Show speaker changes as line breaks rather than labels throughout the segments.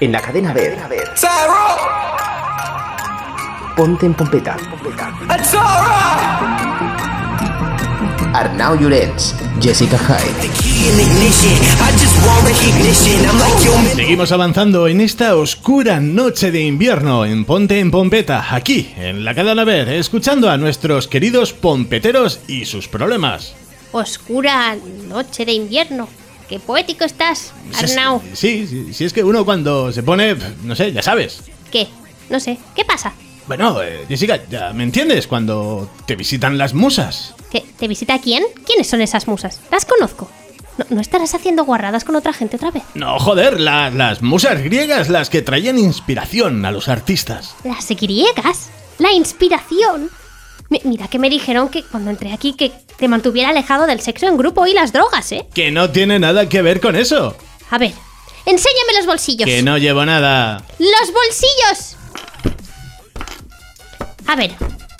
en la cadena Ver. Ponte en pompeta. Arnau Llorens, Jessica Hyde.
Seguimos avanzando en esta oscura noche de invierno en Ponte en Pompeta, aquí en la cadena Ver, escuchando a nuestros queridos pompeteros y sus problemas.
Oscura noche de invierno. Qué poético estás, Arnau.
Sí, sí, sí, es que uno cuando se pone, no sé, ya sabes.
¿Qué? No sé. ¿Qué pasa?
Bueno, eh, Jessica, ya me entiendes cuando te visitan las musas.
¿Te, te visita quién? ¿Quiénes son esas musas? Las conozco. No, no estarás haciendo guarradas con otra gente otra vez.
No, joder, la- las musas griegas, las que traían inspiración a los artistas.
Las griegas. La inspiración. Mi- mira que me dijeron que cuando entré aquí que te mantuviera alejado del sexo en grupo y las drogas, ¿eh?
Que no tiene nada que ver con eso.
A ver, enséñame los bolsillos.
Que no llevo nada.
¡Los bolsillos! A ver,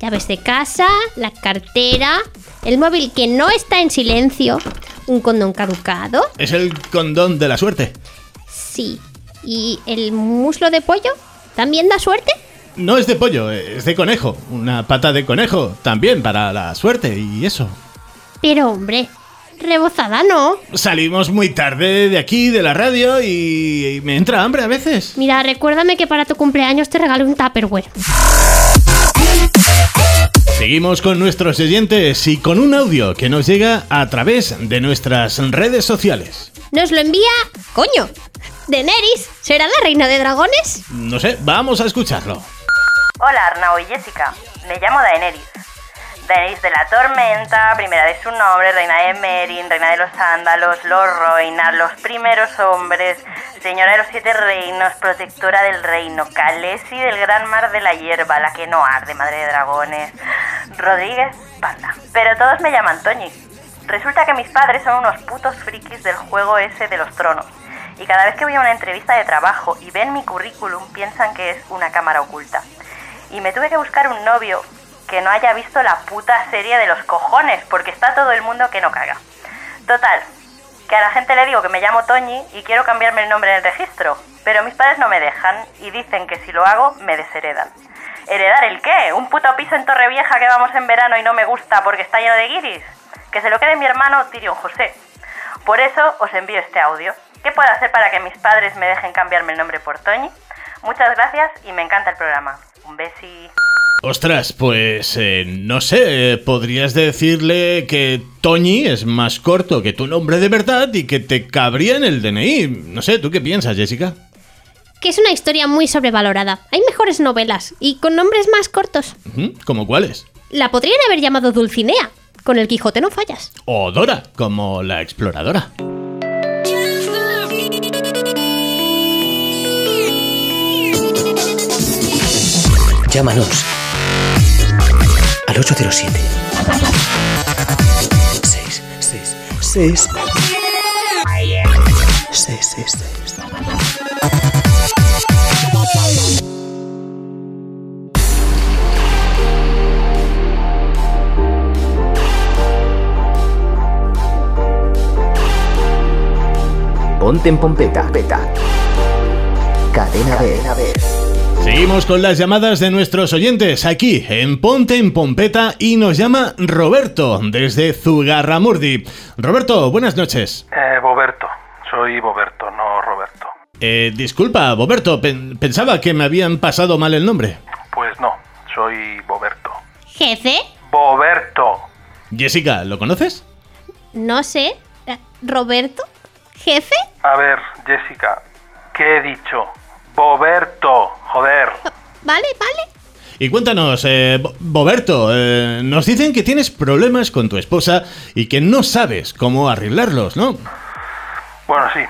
llaves de casa, la cartera, el móvil que no está en silencio, un condón caducado,
Es el condón de la suerte.
sí. ¿Y el muslo de pollo? ¿También da suerte?
No es de pollo, es de conejo. Una pata de conejo, también para la suerte y eso.
Pero hombre, rebozada no.
Salimos muy tarde de aquí, de la radio, y, y me entra hambre a veces.
Mira, recuérdame que para tu cumpleaños te regalé un Tupperware.
Seguimos con nuestros oyentes y con un audio que nos llega a través de nuestras redes sociales.
Nos lo envía... ¡Coño! Daenerys, ¿será la reina de dragones?
No sé, vamos a escucharlo.
Hola Arnau y Jessica, me llamo Daenerys. Daenerys de la Tormenta, primera de su nombre, reina de Merin, reina de los Ándalos, los Roinas, los primeros hombres, señora de los siete reinos, protectora del reino, Calesi del gran mar de la hierba, la que no arde, madre de dragones, Rodríguez, panda. Pero todos me llaman Toñi. Resulta que mis padres son unos putos frikis del juego ese de los tronos. Y cada vez que voy a una entrevista de trabajo y ven mi currículum piensan que es una cámara oculta y me tuve que buscar un novio que no haya visto la puta serie de los cojones, porque está todo el mundo que no caga. Total, que a la gente le digo que me llamo Toñi y quiero cambiarme el nombre en el registro, pero mis padres no me dejan y dicen que si lo hago me desheredan. ¿Heredar el qué? ¿Un puto piso en Torrevieja que vamos en verano y no me gusta porque está lleno de guiris? Que se lo quede mi hermano Tirion José. Por eso os envío este audio. ¿Qué puedo hacer para que mis padres me dejen cambiarme el nombre por Toñi? Muchas gracias y me encanta el programa. Un besi.
Ostras, pues eh, no sé, eh, podrías decirle que Toñi es más corto que tu nombre de verdad y que te cabría en el DNI. No sé, ¿tú qué piensas, Jessica?
Que es una historia muy sobrevalorada. Hay mejores novelas y con nombres más cortos.
Ujú, ¿Cómo cuáles?
La podrían haber llamado Dulcinea. Con el Quijote no fallas.
O Dora, como la exploradora.
Llámanos al 807 6 6 6 6 6 6 Ponte en pompeta, peta. Cadena B.
Seguimos con las llamadas de nuestros oyentes aquí en Ponte en Pompeta y nos llama Roberto desde Zugarramurdi. Roberto, buenas noches.
Eh, Boberto, soy Boberto, no Roberto.
Eh, disculpa, Roberto, pen- pensaba que me habían pasado mal el nombre.
Pues no, soy Boberto.
¿Jefe?
¡Boberto!
Jessica, ¿lo conoces?
No sé. Eh, ¿Roberto? ¿Jefe?
A ver, Jessica, ¿qué he dicho? ¡Boberto! ¡Joder!
Vale, vale.
Y cuéntanos, eh, Bo- Boberto, eh, nos dicen que tienes problemas con tu esposa y que no sabes cómo arreglarlos, ¿no?
Bueno, sí.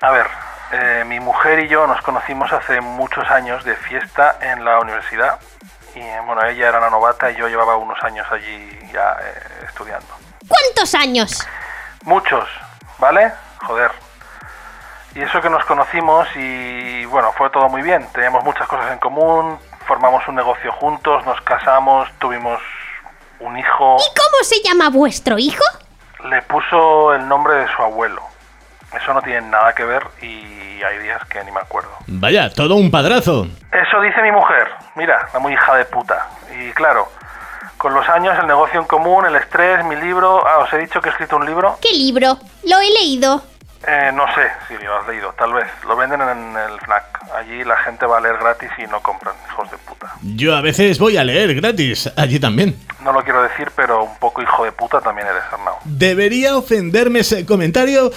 A ver, eh, mi mujer y yo nos conocimos hace muchos años de fiesta en la universidad. Y eh, bueno, ella era una novata y yo llevaba unos años allí ya eh, estudiando.
¿Cuántos años?
Muchos, ¿vale? Joder. Y eso que nos conocimos y bueno, fue todo muy bien. Teníamos muchas cosas en común, formamos un negocio juntos, nos casamos, tuvimos un hijo.
¿Y cómo se llama vuestro hijo?
Le puso el nombre de su abuelo, Eso no tiene nada que ver y hay días que ni me acuerdo.
Vaya, todo un padrazo.
Eso dice mi mujer. Mira, la muy hija de puta. Y claro, con los años, el negocio en común, el estrés, mi libro. Ah, os he dicho que he escrito un libro.
¿Qué libro? Lo he leído.
Eh, no sé si lo has leído, tal vez. Lo venden en el FNAC. Allí la gente va a leer gratis y no compran, hijos de puta.
Yo a veces voy a leer gratis, allí también.
No lo quiero decir, pero un poco hijo de puta también eres, Arnau.
Debería ofenderme ese comentario,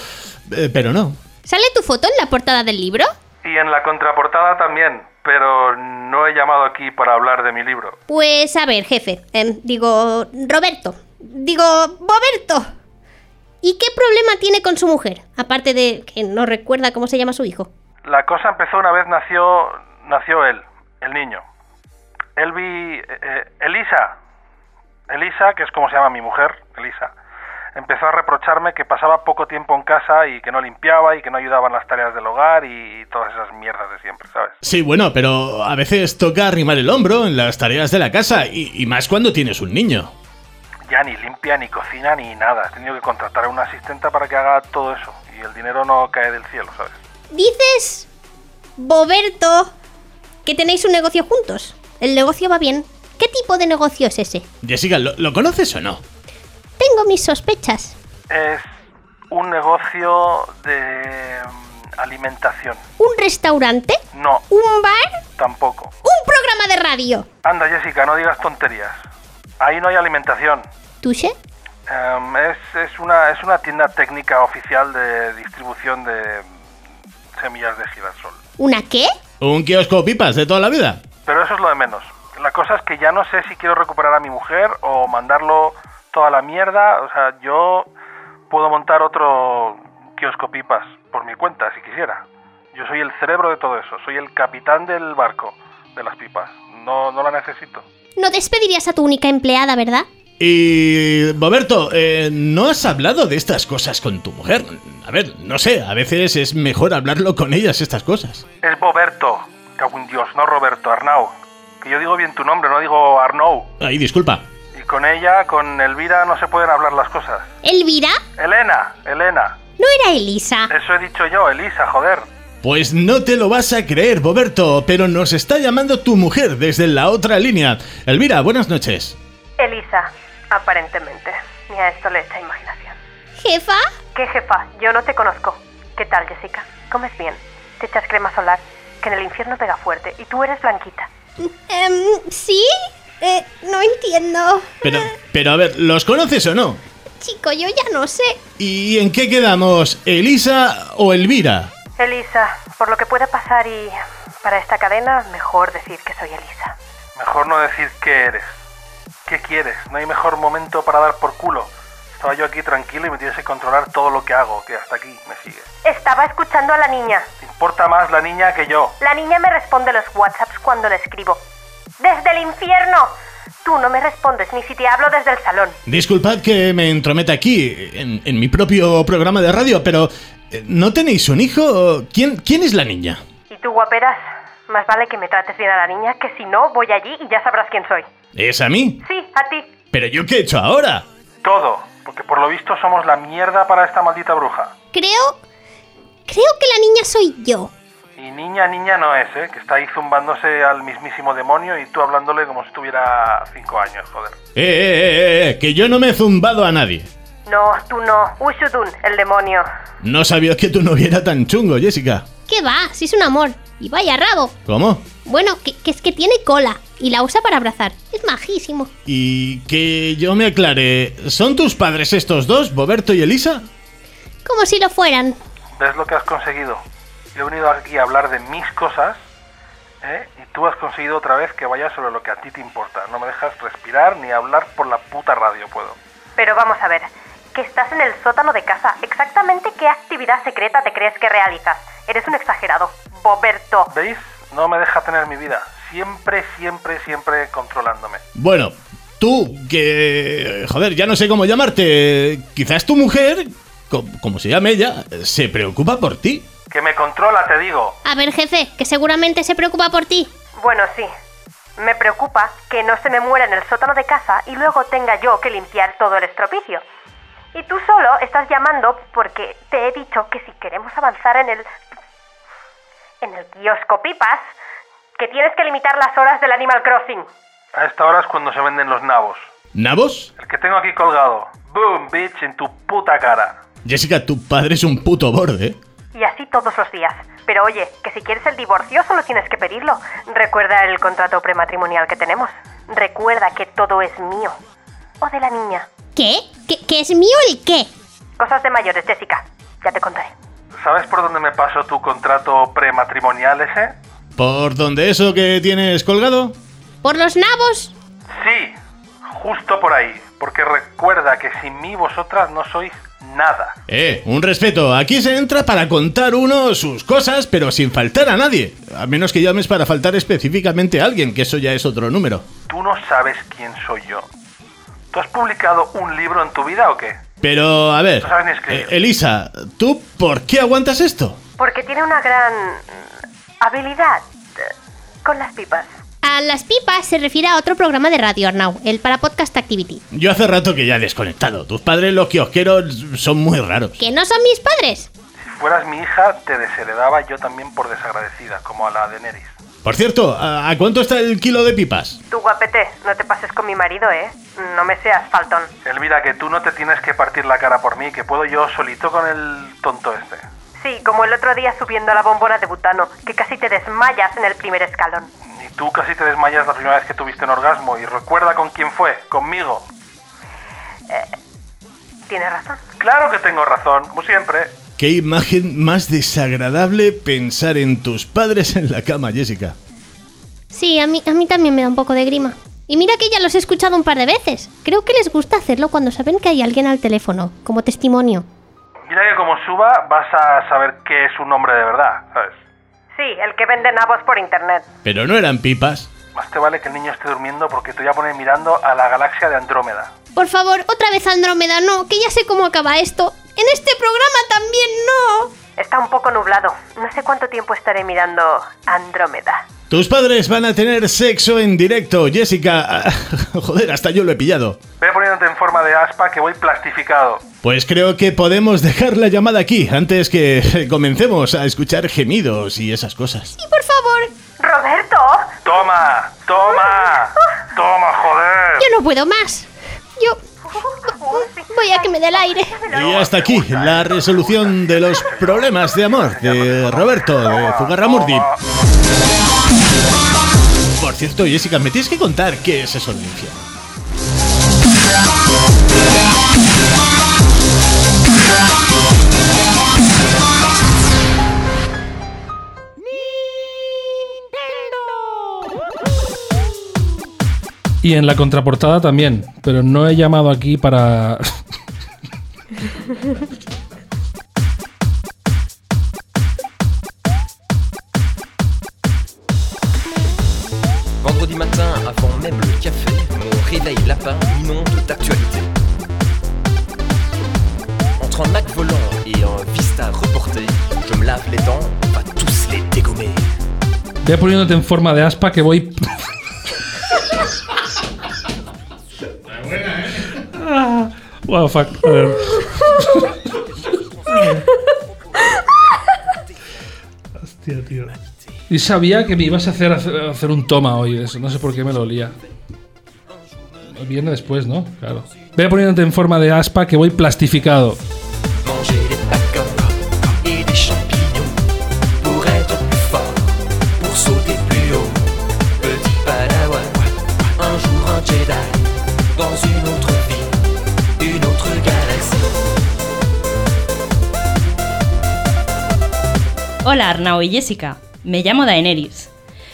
eh, pero no.
¿Sale tu foto en la portada del libro?
Y en la contraportada también, pero no he llamado aquí para hablar de mi libro.
Pues a ver, jefe. Em, digo, Roberto. Digo, Boberto. ¿Y qué problema tiene con su mujer? Aparte de que no recuerda cómo se llama su hijo.
La cosa empezó una vez nació nació él, el niño. Elvi, eh, eh, Elisa, Elisa, que es como se llama mi mujer, Elisa, empezó a reprocharme que pasaba poco tiempo en casa y que no limpiaba y que no ayudaba en las tareas del hogar y todas esas mierdas de siempre, ¿sabes?
Sí, bueno, pero a veces toca arrimar el hombro en las tareas de la casa y, y más cuando tienes un niño.
Ya ni limpia, ni cocina, ni nada. He tenido que contratar a una asistenta para que haga todo eso y el dinero no cae del cielo, ¿sabes?
Dices, Boberto, que tenéis un negocio juntos. El negocio va bien. ¿Qué tipo de negocio es ese?
Jessica, ¿lo, lo conoces o no?
Tengo mis sospechas.
Es un negocio de mm, alimentación.
¿Un restaurante?
No,
¿Un bar?
tampoco.
¿Un programa de radio?
Anda, Jessica, no digas tonterías. Ahí no hay alimentación.
¿Tuche?
Em, es, es, una, es una tienda técnica oficial de distribución de semillas de girasol.
¿Una qué?
Un kiosco pipas de toda la vida.
Pero eso es lo de menos. La cosa es que ya no sé si quiero recuperar a mi mujer o mandarlo toda la mierda. O sea, yo puedo montar otro kiosco pipas por mi cuenta si quisiera. Yo soy el cerebro de todo eso. Soy el capitán del barco de las pipas. No, no la necesito.
No despedirías a tu única empleada, ¿verdad?
Y, Boberto, eh, ¿no has hablado de estas cosas con tu mujer? A ver, no sé, a veces es mejor hablarlo con ellas estas cosas.
Es Boberto. Cago en Dios, no Roberto, Arnau. Que yo digo bien tu nombre, no digo Arnau.
Ay, disculpa.
Y con ella, con Elvira, no se pueden hablar las cosas.
¿Elvira?
Elena, Elena.
No era Elisa.
Eso he dicho yo, Elisa, joder.
Pues no te lo vas a creer, Boberto, pero nos está llamando tu mujer desde la otra línea. Elvira, buenas noches.
Elisa, aparentemente. Ni a esto le echa imaginación.
¿Jefa?
¿Qué jefa? Yo no te conozco. ¿Qué tal, Jessica? ¿Comes bien? ¿Te echas crema solar? Que en el infierno pega fuerte y tú eres blanquita.
Em, ¿Sí? Eh, no entiendo.
Pero, pero a ver, ¿los conoces o no?
Chico, yo ya no sé.
¿Y en qué quedamos? ¿Elisa o Elvira?
Elisa, por lo que pueda pasar y para esta cadena, mejor decir que soy Elisa.
Mejor no decir qué eres. ¿Qué quieres? No hay mejor momento para dar por culo. Estaba yo aquí tranquilo y me tienes que controlar todo lo que hago, que hasta aquí me sigues.
Estaba escuchando a la niña.
Te importa más la niña que yo.
La niña me responde los WhatsApps cuando le escribo. ¡Desde el infierno! Tú no me respondes ni si te hablo desde el salón.
Disculpad que me entrometa aquí, en, en mi propio programa de radio, pero eh, ¿no tenéis un hijo? ¿Quién, quién es la niña?
¿Y tú, guaperas? Más vale que me trates bien a la niña, que si no, voy allí y ya sabrás quién soy.
¿Es a mí?
Sí, a ti.
¿Pero yo qué he hecho ahora?
Todo. Porque por lo visto somos la mierda para esta maldita bruja.
Creo... Creo que la niña soy yo.
Y niña, niña no es, ¿eh? Que está ahí zumbándose al mismísimo demonio y tú hablándole como si tuviera cinco años, joder.
Eh, eh, eh, eh, que yo no me he zumbado a nadie.
No, tú no. Ushudun, el demonio.
No sabía que tú no viera tan chungo, Jessica.
¿Qué va? Si es un amor. Y vaya rabo.
¿Cómo?
Bueno, que, que es que tiene cola y la usa para abrazar. Es majísimo.
Y que yo me aclare, ¿son tus padres estos dos, Boberto y Elisa?
Como si lo fueran.
¿Ves lo que has conseguido? Yo he venido aquí a hablar de mis cosas ¿eh? y tú has conseguido otra vez que vaya sobre lo que a ti te importa. No me dejas respirar ni hablar por la puta radio, puedo.
Pero vamos a ver, que estás en el sótano de casa. ¿Exactamente qué actividad secreta te crees que realizas? Eres un exagerado. Boberto.
¿Veis? No me deja tener mi vida. Siempre, siempre, siempre controlándome.
Bueno, tú, que... Joder, ya no sé cómo llamarte. Quizás tu mujer, co- como se llame ella, se preocupa por ti.
Que me controla, te digo.
A ver, jefe, que seguramente se preocupa por ti.
Bueno, sí. Me preocupa que no se me muera en el sótano de casa y luego tenga yo que limpiar todo el estropicio. Y tú solo estás llamando porque te he dicho que si queremos avanzar en el... en el kiosco pipas, que tienes que limitar las horas del Animal Crossing.
A esta hora es cuando se venden los nabos.
¿Nabos?
El que tengo aquí colgado. Boom, bitch, en tu puta cara.
Jessica, tu padre es un puto borde.
Y así todos los días. Pero oye, que si quieres el divorcio solo tienes que pedirlo. Recuerda el contrato prematrimonial que tenemos. Recuerda que todo es mío. O de la niña.
¿Qué? ¿Qué, qué es mío el qué?
Cosas de mayores, Jessica. Ya te contaré.
¿Sabes por dónde me pasó tu contrato prematrimonial ese?
¿Por dónde eso que tienes colgado?
¿Por los nabos?
Sí, justo por ahí. Porque recuerda que sin mí vosotras no sois nada.
Eh, un respeto. Aquí se entra para contar uno sus cosas, pero sin faltar a nadie. A menos que llames para faltar específicamente a alguien, que eso ya es otro número.
Tú no sabes quién soy yo. ¿Tú has publicado un libro en tu vida o qué?
Pero, a ver,
No saben escribir.
eh, Elisa, ¿tú por qué aguantas esto?
Porque tiene una gran mm, habilidad eh, con las pipas.
A las pipas se refiere a otro programa de radio, Arnau, el para Podcast Activity.
Yo hace rato que ya he desconectado. Tus padres, los kiosqueros, son muy raros.
¿Que no son mis padres?
Si fueras mi hija, te desheredaba yo también por desagradecida, como a la de Neris.
Por cierto, ¿a a cuánto está el kilo de pipas?
Tú, guapete, no te pases con mi marido, ¿eh? No me seas faltón.
Elvira, que tú no te tienes que partir la cara por mí, que puedo yo solito con el tonto este.
Sí, como el otro día subiendo a la bombona de butano, que casi te desmayas en el primer escalón.
Y tú casi te desmayas la primera vez que tuviste un orgasmo, y recuerda con quién fue, conmigo.
Tienes razón.
Claro que tengo razón, como siempre.
Qué imagen más desagradable pensar en tus padres en la cama, Jessica.
Sí, a mí, a mí también me da un poco de grima. Y mira que ya los he escuchado un par de veces. Creo que les gusta hacerlo cuando saben que hay alguien al teléfono, como testimonio.
Mira que como suba, vas a saber qué es un hombre de verdad, ¿sabes?
Sí, el que vende nabos por internet.
Pero no eran pipas.
Más te vale que el niño esté durmiendo porque te voy a poner mirando a la galaxia de Andrómeda.
Por favor, otra vez Andrómeda, no, que ya sé cómo acaba esto. En este programa también no.
Está un poco nublado. No sé cuánto tiempo estaré mirando Andrómeda.
Tus padres van a tener sexo en directo, Jessica. Joder, hasta yo lo he pillado.
Ve poniéndote en forma de aspa que voy plastificado.
Pues creo que podemos dejar la llamada aquí antes que comencemos a escuchar gemidos y esas cosas.
Y por favor,
¡Roberto!
¡Toma! ¡Toma! ¡Toma, joder!
yo no puedo más. Yo voy a que me dé el aire.
Y hasta aquí la resolución de los problemas de amor de Roberto de Zugarramurdi. Por cierto, Jessica, me tienes que contar qué es eso del infierno.
Y en la contraportada también, pero no he llamado aquí para...
Vendredi matin, avant même le café, mon réveil lapin m'inonde d'actualité. Entre un Mac volant et un Vista reporté, je me lave les dents, on va tous les dégommer.
Ve poniéndote en forma de aspa que voy... Ah, wow, fuck. A ver. Hostia, tío. Y sabía que me ibas a hacer, hacer hacer un toma hoy, eso. No sé por qué me lo olía. Viene después, ¿no? Claro. Ve poniéndote en forma de aspa que voy plastificado.
Manger des pacas et des champignons pour être plus fort, pour sauter plus haut. Petit padawan, un jour un Jedi, dans une autre vie, une autre galaxie.
Hola Arnau y Jessica, me llamo Daenerys.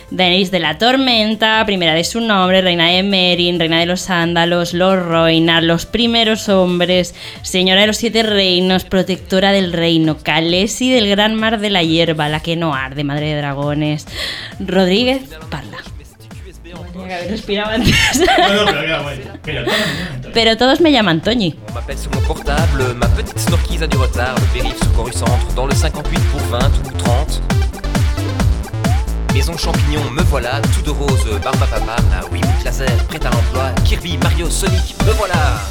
Daenerys de la Tormenta, primera de su nombre, reina de Merin, reina de los Sándalos, los Roinar, los primeros hombres, señora de los siete reinos, protectora del reino, Calesi del gran mar de la hierba, la que no arde, madre de dragones. Rodríguez, parla. respirado antes. Pero todos me llaman Toñi.
On m'appelle sur mon portable, ma petite snorquise a du retard, le périph' sous Coruscant, dans le 58 pour 20 ou 30. Maison champignon, me voilà, tout de rose, barba papa, Ah la Wiimote laser, prête à l'emploi, Kirby, Mario, Sonic, me voilà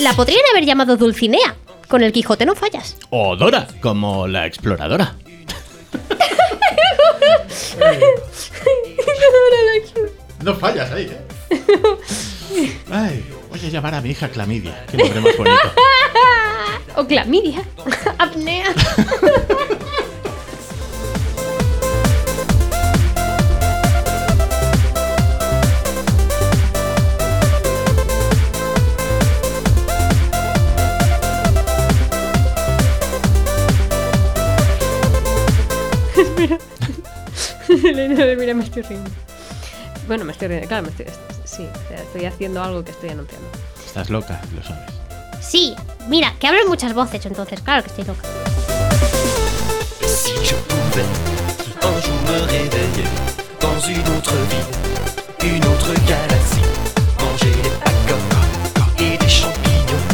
La podrían haber llamado Dulcinea. Con el Quijote no fallas.
O Dora, como la exploradora. No fallas ahí, ¿eh? Ay, voy a llamar a mi hija Clamidia, que nombre más bonito.
o clamidia. Apnea.
Elena, de, mira, me estoy riendo. Bueno, me estoy riendo, claro, me estoy. Sí, o sea, estoy haciendo algo que estoy anunciando.
Estás loca, lo sabes.
Sí, mira, que abren muchas voces, entonces, claro que estoy loca.
Si je pouvais un jour me réveiller dans une autre vie, une autre galaxie, manger des pacotins et des champignons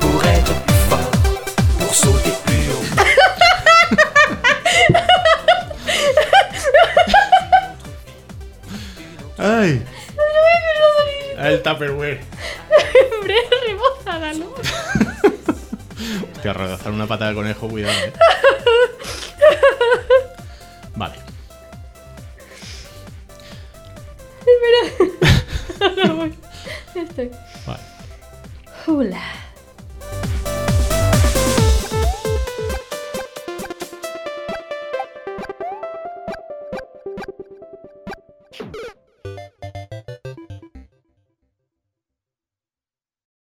pour être plus fort, pour sauter plus haut.
Ay. El Tupperware.
Hombre, rebozada, ¿no?
Hostia, redazar una pata de conejo, cuidado, eh. Vale.
Ya estoy.
Vale.
Hola.